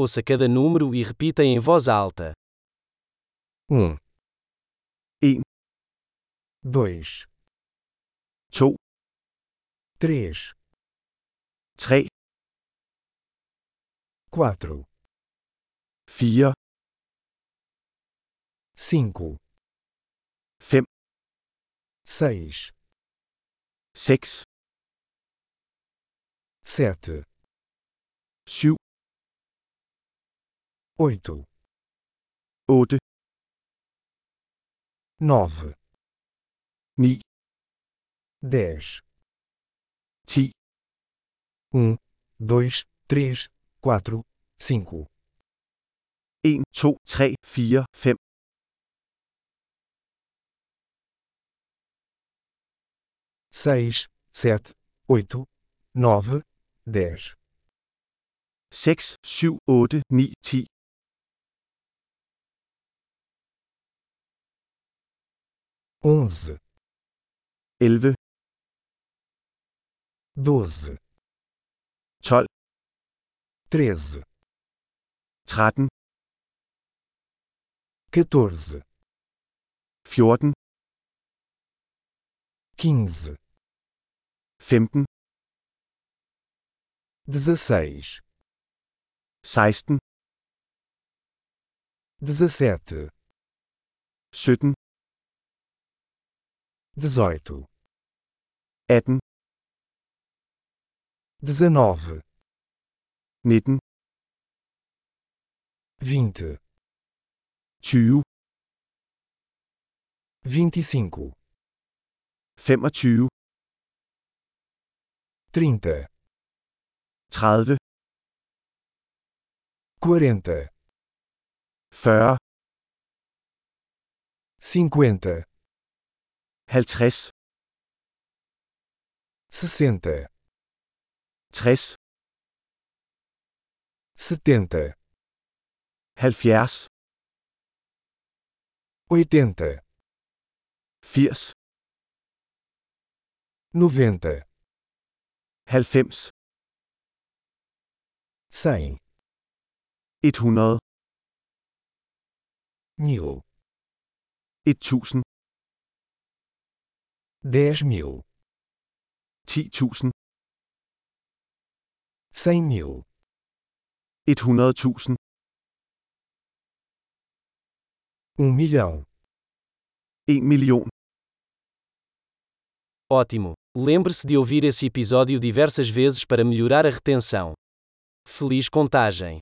Ouça cada número e repita em voz alta. Um, dois, to, três, tre, quatro, fire, cinco, fem, seis, seks, sete, syv, oito, otte, nove, ni, dez, ti, um, dois, três, quatro, cinco, en, to, tre, fire, fem, seis, sete, oito, nove, dez, seks, syv, otte, ni, ti, onze, elleve, doze, tolv, treze, tretten, quatorze, fjorten, quinze, femten, dezesseis, seksten, dezessete, sytten, dezoito, atten, dezenove, nitten, vinte, tyve, vinte e cinco, femogtyve, trinta, tredive, quarenta. fyrre, cinquenta, halvtreds, sessenta, tres, setenta, halvfjerds, oitenta, firs, noventa, halvfems, cem, et hundrede, mil, et tusind, dez mil, ti tusind, cem mil, et hundrede tusind, um milhão. en million. Ótimo! Lembre-se de ouvir esse episódio diversas vezes para melhorar a retenção. Feliz contagem!